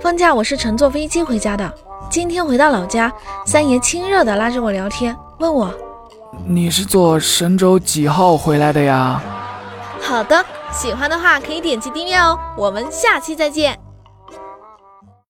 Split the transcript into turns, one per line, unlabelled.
放假我是乘坐飞机回家的，今天回到老家，三爷亲热的拉着我聊天，问我
你是坐神舟几号回来的呀？
好的，喜欢的话可以点击订阅哦，我们下期再见。